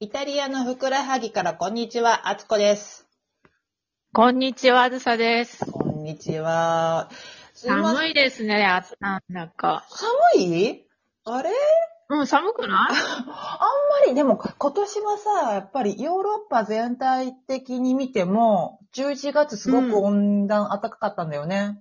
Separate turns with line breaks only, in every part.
イタリアのふくらはぎからこんにちは、あつこです。
こんにちは、あずさです。
こんにちは。すいません
寒いですね、あなんだか。
寒いあれ
うん、寒くない
あんまり、でも今年はさ、やっぱりヨーロッパ全体的に見ても、11月すごく温暖、暖かかったんだよね。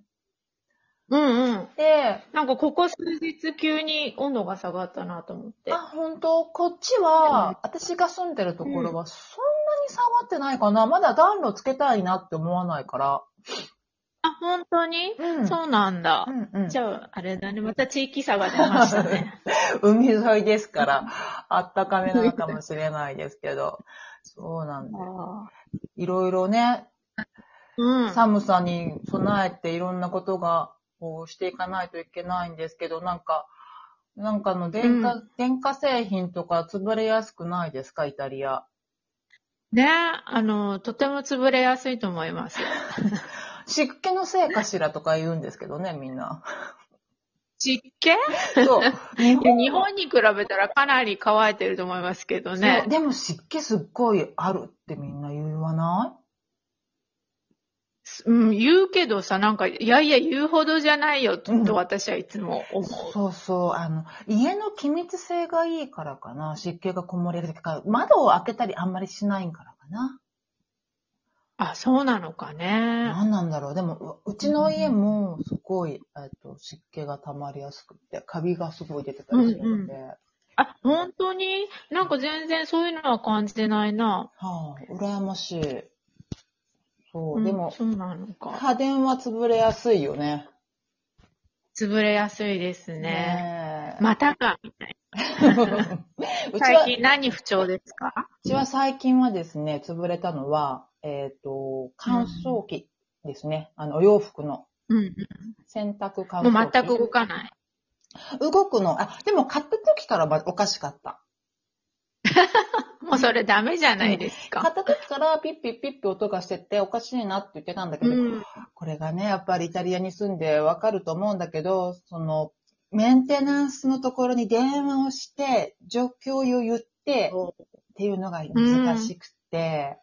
うんうん。
で、
なんかここ数日急に温度が下がったなと思って。
あ、本当こっち
うん
は、私が住んでるところは、そんなに下がってないかな。まだ暖炉つけたいなって思わないから。
あ、本当に、
う
そうなんだ
う。んうん
じゃあ、あれだね、また地域差が出ましたね。
海沿いですから、あったかめなのかもしれないですけど。そうなんだ。いろいろね、
うん。
寒さに備えていろんなことが、こうしていかないといけないんですけど、なんか、なんかあの、電化、
う
電化製品とか潰れやすくないですか、イタリア。
ねあの、とても潰れやすいと思います。
湿気のせいかしらとか言うんですけどね、みんな。
湿気
そう。日
いや日本に比べたらかなり乾いてると思いますけど
ね
ね。。
でも湿気すっごいあるってみんな言わない
うん、言うけどさ、なんか、いやいや、言うほどじゃないよ、
うん
と私はいつも思う。
そうそう。あの、家の気密性がいいからかな。湿気がこもれるから。窓を開けたりあんまりしないからかな。
あ、そうなのかね。
何なんだろう。でも、ううちの家もすごい、えっと、湿気が溜まりやすくて、カビがすごい出てたりするので、は
あ、本当になんか全然そういうのは感じてないな。
あ、羨ましい。そう。
うん
でも、
そうなのか。
家電は潰れやすいよね。
潰れやすいですね。
え。
またか、みたい
う
な。
ちは
最、近何不調ですか
うちは最近はですね、潰れたのは、えっ、と、乾燥機ですね。あの、お洋服の
うん。
洗濯乾燥機。
もう全く動かない。
動くの。あ、でも買った時からまおかしかった。
もうそれダメじゃないです
買
か。
った時からピッピッピッピ音がしてておかしいなって言ってたんだけ
う
ど、
ん。
これがね、やっぱりイタリアに住んでわかると思うんだけど、その、メンテナンスのところに電話をして、状況を言って、っていうのが難しくて、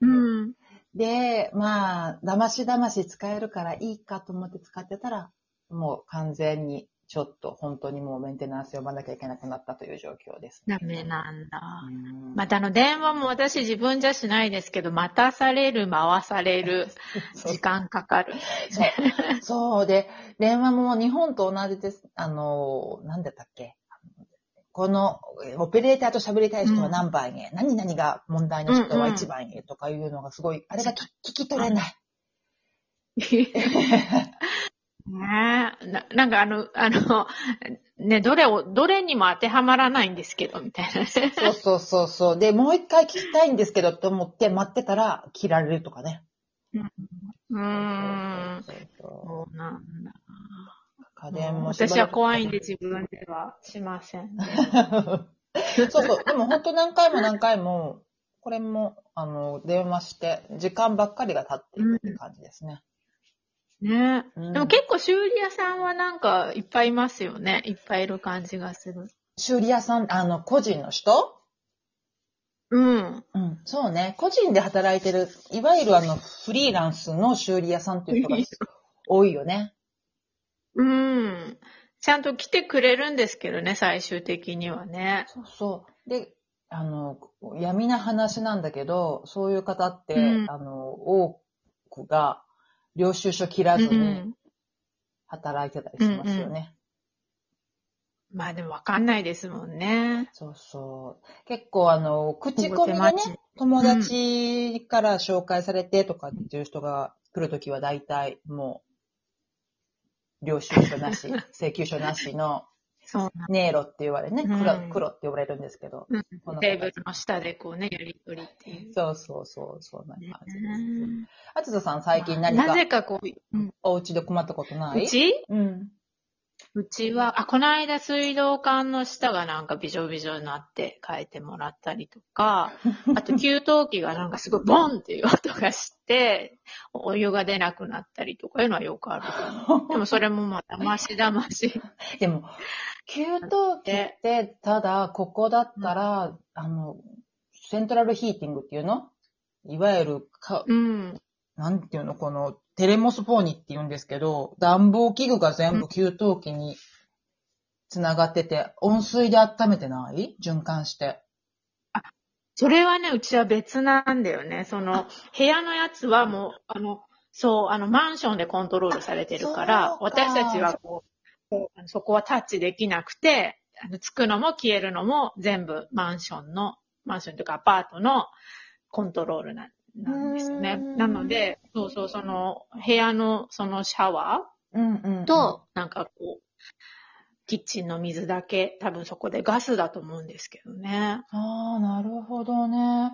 うん。
で、まあ、騙し騙し使えるからいいかと思って使ってたら、もう完全に、ちょっと本当にもうメンテナンス呼ばなきゃいけなくなったという状況ですね。
ダメなんだ。
うん
またあの電話も私自分じゃしないですけど、待たされる、回される、
そう
時間かかる。
そう。そうで、電話も日本と同じです。あの、なんだったっけこの、オペレーターと喋りたい人は何番へ、何々が問題の人は1番へとかいうのがすごい、あれがき聞き取れない。
ねえ、ななんかあの、あの、ね、どれを、どれにも当てはまらないんですけど、みたいなね。
そうそうそうそう。で、もう一回聞きたいんですけどと思って待ってたら切られるとかね。
う
う
ーん。
そうそうそう
そうなんだ。
家電もしばらく
私は怖いんで自分ではしませんね。
そうそう。でも本当何回も何回も、これも、あの、電話して、時間ばっかりが経っていくって感じですね。
ね
うん
でも結構修理屋さんはなんかいっぱいいますよね。いっぱいいる感じがする。
修理屋さん、あの、個人の人
うん。
うん。そうね。個人で働いてる、いわゆるあの、フリーランスの修理屋さん っていう人が多いよね。
うん。ちゃんと来てくれるんですけどね、最終的にはね。
そうそう。で、あの、闇な話なんだけど、そういう方って、
うん
あの、多くが、領収書切らずに。働いてたりしますよね。
うんうまあでもわかんないですもんね。
そうそう。結構あの、口コミで
ほぼ手
ね
待ち、
友達から紹介されてとかっていう人が来るときは大体もう、領収書な し、請求書なしの、
そうなんだ
ネーロって言われね、
うん
黒、黒って呼ばれるんですけど。
うん
この
テーブルの下でこうね、やりとりっていう。
そうそうそう、そんな
ね
感じです。あつささん最近何
な
か
ぜかこう、うん
お家で困ったことな
う
い
ち
うん。
うちは、あ、この間水道管の下がなんかびしょびしょになって変えてもらったりと か、あと給湯器がなんかすごいボンっていう音がして、お湯が出なくなったりとかいうのはよくあるかな。でもそれもまあ、だましだまし。
でも、給湯器って、ただ、ここだったら、あの、セントラルヒーティングっていうのいわゆるか、
うん。
なんていうの、この、テレモスポーニって言うんですけど、暖房器具が全部給湯器につながってて、温水で温めてない循環して。
それはね、うちは別なんだよね。その、部屋のやつはもう、あの、そう、あの、マンションでコントロールされてるから、
そうか
私たちはこう、こうそこはタッチできなくて、あのつくのも消えるのも全部マンションの、マンションというかアパートのコントロールなんなんですよね。
うーん
なので、そうそう、その、部屋のそのシャワ
うんうん、
ーと、なんかこう、キッチンの水だけ、多分そこでガスだと思うんですけどね。
ああ、なるほどね。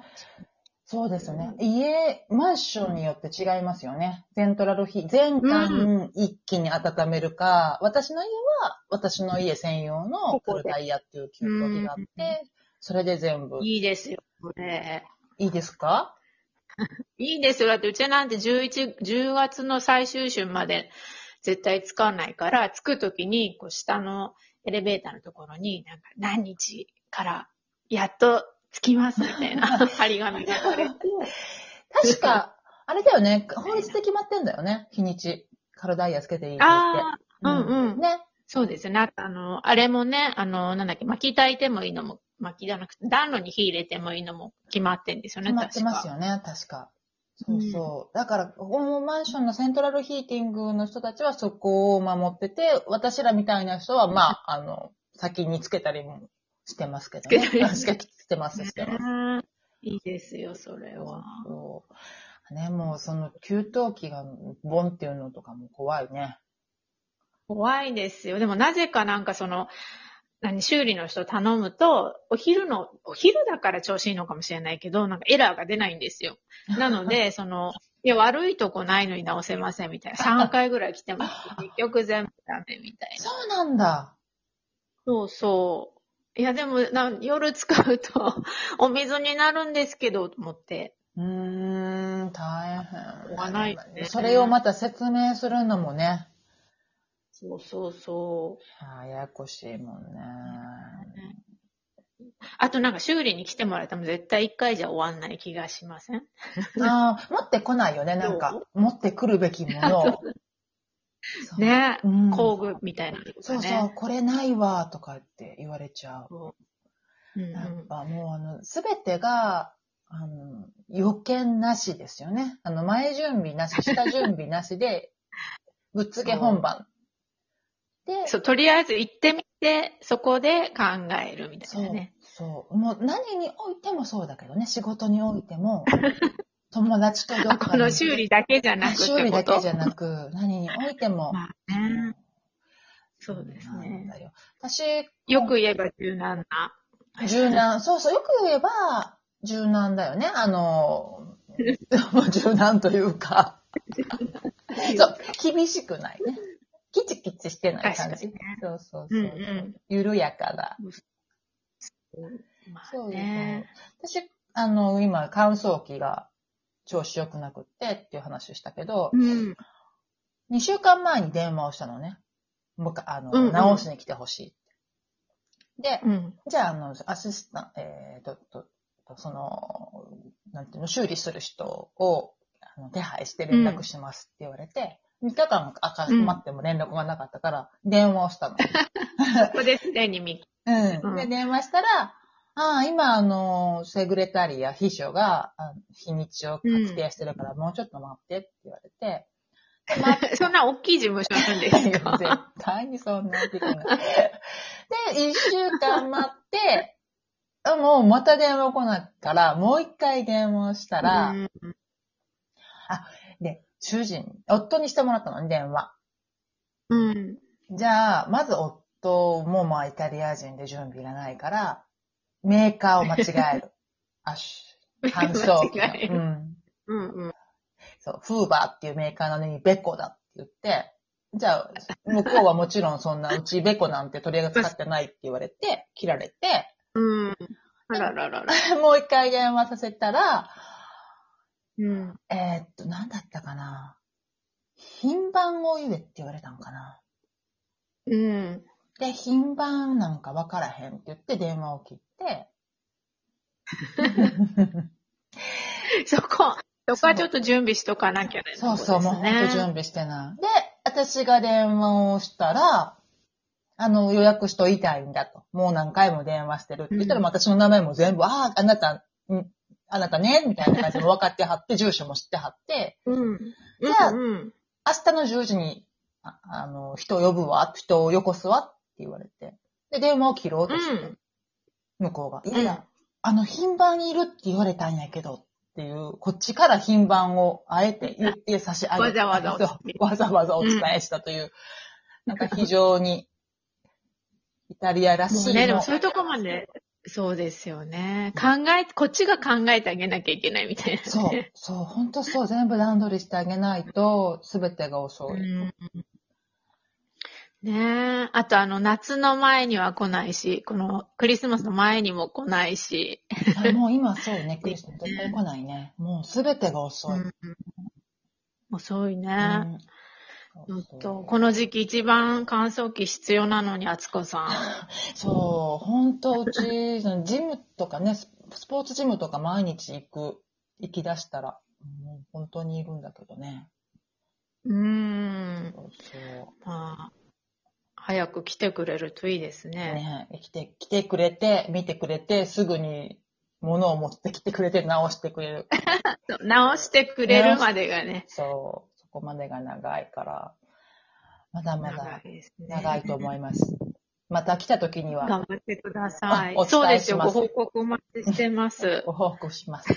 そうですね。家、マンションによって違いますよね。セントラルヒー、全館一気に温めるか、私の家は私の家専用の
こ
ク
こ
ル
で
ダイヤっていう給湯器があっ
う
て、それで全部。い
いいですよ、これ。
いですか
いいですよ。だってうちなんて11、10月の最終週まで絶対使わないから、着くときに、こう下のエレベーターのところに、なんか何日からやっと着きますみた いな張り紙がされて。
確か、あれだよね。法律で決まってんだよね。日にち。クルダイヤつけていいって言って。
ああ、うんうん
ね。
そうですね。ああの、あれもね、あの、なんだっけ、巻き炊いてもいいのも、巻きじゃなくて、暖炉に火入れてもいいのも決まってんですよね、
決まってます
よ。
よね、確か。そうそう。だから、ここのマンションのセントラルヒーティングの人たちはそこを守ってて、私らみたいな人は、まあ、あの、先につけたりもしてますけどね。
つけたり
つけてます、してます。
あーいいですよ、それは。
そうね、もうその給湯器がボンっていうのとかも怖いね。
怖いですよ。でもなぜかなんかその、何、修理の人頼むと、お昼の、お昼だから調子いいのかもしれないけど、なんかエラーが出ないんですよ。なの で、その、いや、悪いとこないのに直せませんみたいな。3回ぐらい来てます。結局全部ダメみたいな。
そうなんだ。
そうそう。いや、でもな、夜使うと、 お水になるんですけど、と思って。
うーん、大変。
追わないですね
それをまた説明するのもね、
そうそうそう。
あーややこしいもんね。
あとなんか修理に来てもらっても絶対1回じゃ終わんない気がしません
ああ、持ってこないよね、なん
そ
か。持ってくるべき ものを。そう
ね
うん
工具みたいなのとかね。
そうそう、これないわ、とかって言われちゃう。
うんうん
やっぱもうあの、すべてが、あの、予見なしですよね。あの、前準備なし、下準備なし で、ぶっつけ本番。で、
そう、とりあえず行ってみて、そこで考えるみた
そ
いうなね。、
そう。もう何においてもそうだけどね、仕事において も、友達とどっか
あ、
に
この修理だけじゃなくってこと
修理だけじゃなく、何においても。
まあね。そうです
なん
ね。
だよ。私、
よく言えば柔軟な。
柔軟、そうそう、よく言えば、柔軟だよね。あの、 柔軟というか、そう、厳しくないね。キチキチしてない感
確か
じ。
にね
そうそう
う
そ
ん
う。
う
緩やかだ。
ん。ま
そ
あ
うです
ね
ね。。私、あの、今、乾燥機が調子良くなくってっていう話をしたけど、
うん。
2週間前に電話をしたのね。もう一回、あの、
うんうん
直しに来てほしいって。で、
うん。
じゃあ、あの、アシスタント、えーと、と、とその、なんていうの、修理する人をあの手配して連絡しますって言われて、3日間あか
うん
待っても連絡がなかったから、電話をしたの。
そこですでに見
うん。で、電話したら、ああ、今、あの、セグレタリア、秘書が、あ日にちを確定してるから、もうちょっと待ってって言われて、
そんな大きい事務所なんで
い
す
や
か
絶対にそんなできない。で、一週間待って、あもうまた電話来ないから、もう一回電話したら、
うん
で、主人、夫にしてもらったのに電話。
うん。
じゃあ、まず夫もまあイタリア人で準備がないから、メーカーを間違え る。あし、乾燥機
間違え
の。
る
うん。
うんうん。
そう、フーバーっていうメーカーなのにベコだって言って、じゃあ、向こうはもちろんそんな、うちベコなんて取り扱ってないって言われて、切られて、
うん。あらららら。
もう一回電話させたら、
うん。
えーっと、なんだったかな。品番を言えって言われたんかな。
うん。
で、品番なんかわからへんって言って電話を切って、
そこ、そこはちょっと準備しとかなきゃね。
そうそう、
って
もう
こ
ほん
とですね
と準備してない。で、私が電話をしたら、あの、予約しといたいんだと。もう何回も電話してるって言ったら、
うん
私の名前も全部、ああ、あなた、んあなたね、みたいな感じで分かってはって、住所も知ってはって、
うん。
じゃあ
うんうん、
明日の10時に、ああの、人呼ぶわ、人をよこすわって言われて。で、電話を切ろうとして、
うん
向こうが、いやいや、あの、品番にいるって言われたんやけど、っていう、こっちから品番をあえて言って差し上げた
わざわざお
そうわざわざお伝えしたという、なんか非常に、イタリアら
も
し
う
い
ね、で
の
もそういうとこまで、そうですよね。考え、こっちが考えてあげなきゃいけないみたいな、ね。
そう、そう、本当そう、全部段取りしてあげないと、すべてが遅い。
うんねえ。あとあの、夏の前には来ないし、このクリスマスの前にも来ないし。
あもう今そうね、クリスマス絶対来ないね。もうすべてが遅い。
うん遅いね。ち
う
ょ
ん
っと、この時期一番乾燥機必要なのに、あつこさん。
そう、本当うち、そのジムとかね、ススポーツジムとか毎日行く、行き出したら、もう本当にいるんだけどね。
うーん。
そうそう
まあ、早く来てくれるといいですね。
ね、来て、来てくれて、見てくれて、すぐに物を持ってきてくれて、直してくれる。
直してくれるまでがね、
そう、そこまでが長いから、まだま
長
だ
いですね。
長いと思います。また来た時には、
頑張ってください
あお伝えしま。す
そうですよ。ご報告お待ちしてます。
ご報告します。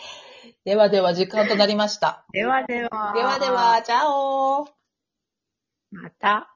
ではでは、時間となりました。
啊ではでは。
ではでは、チャオ
また。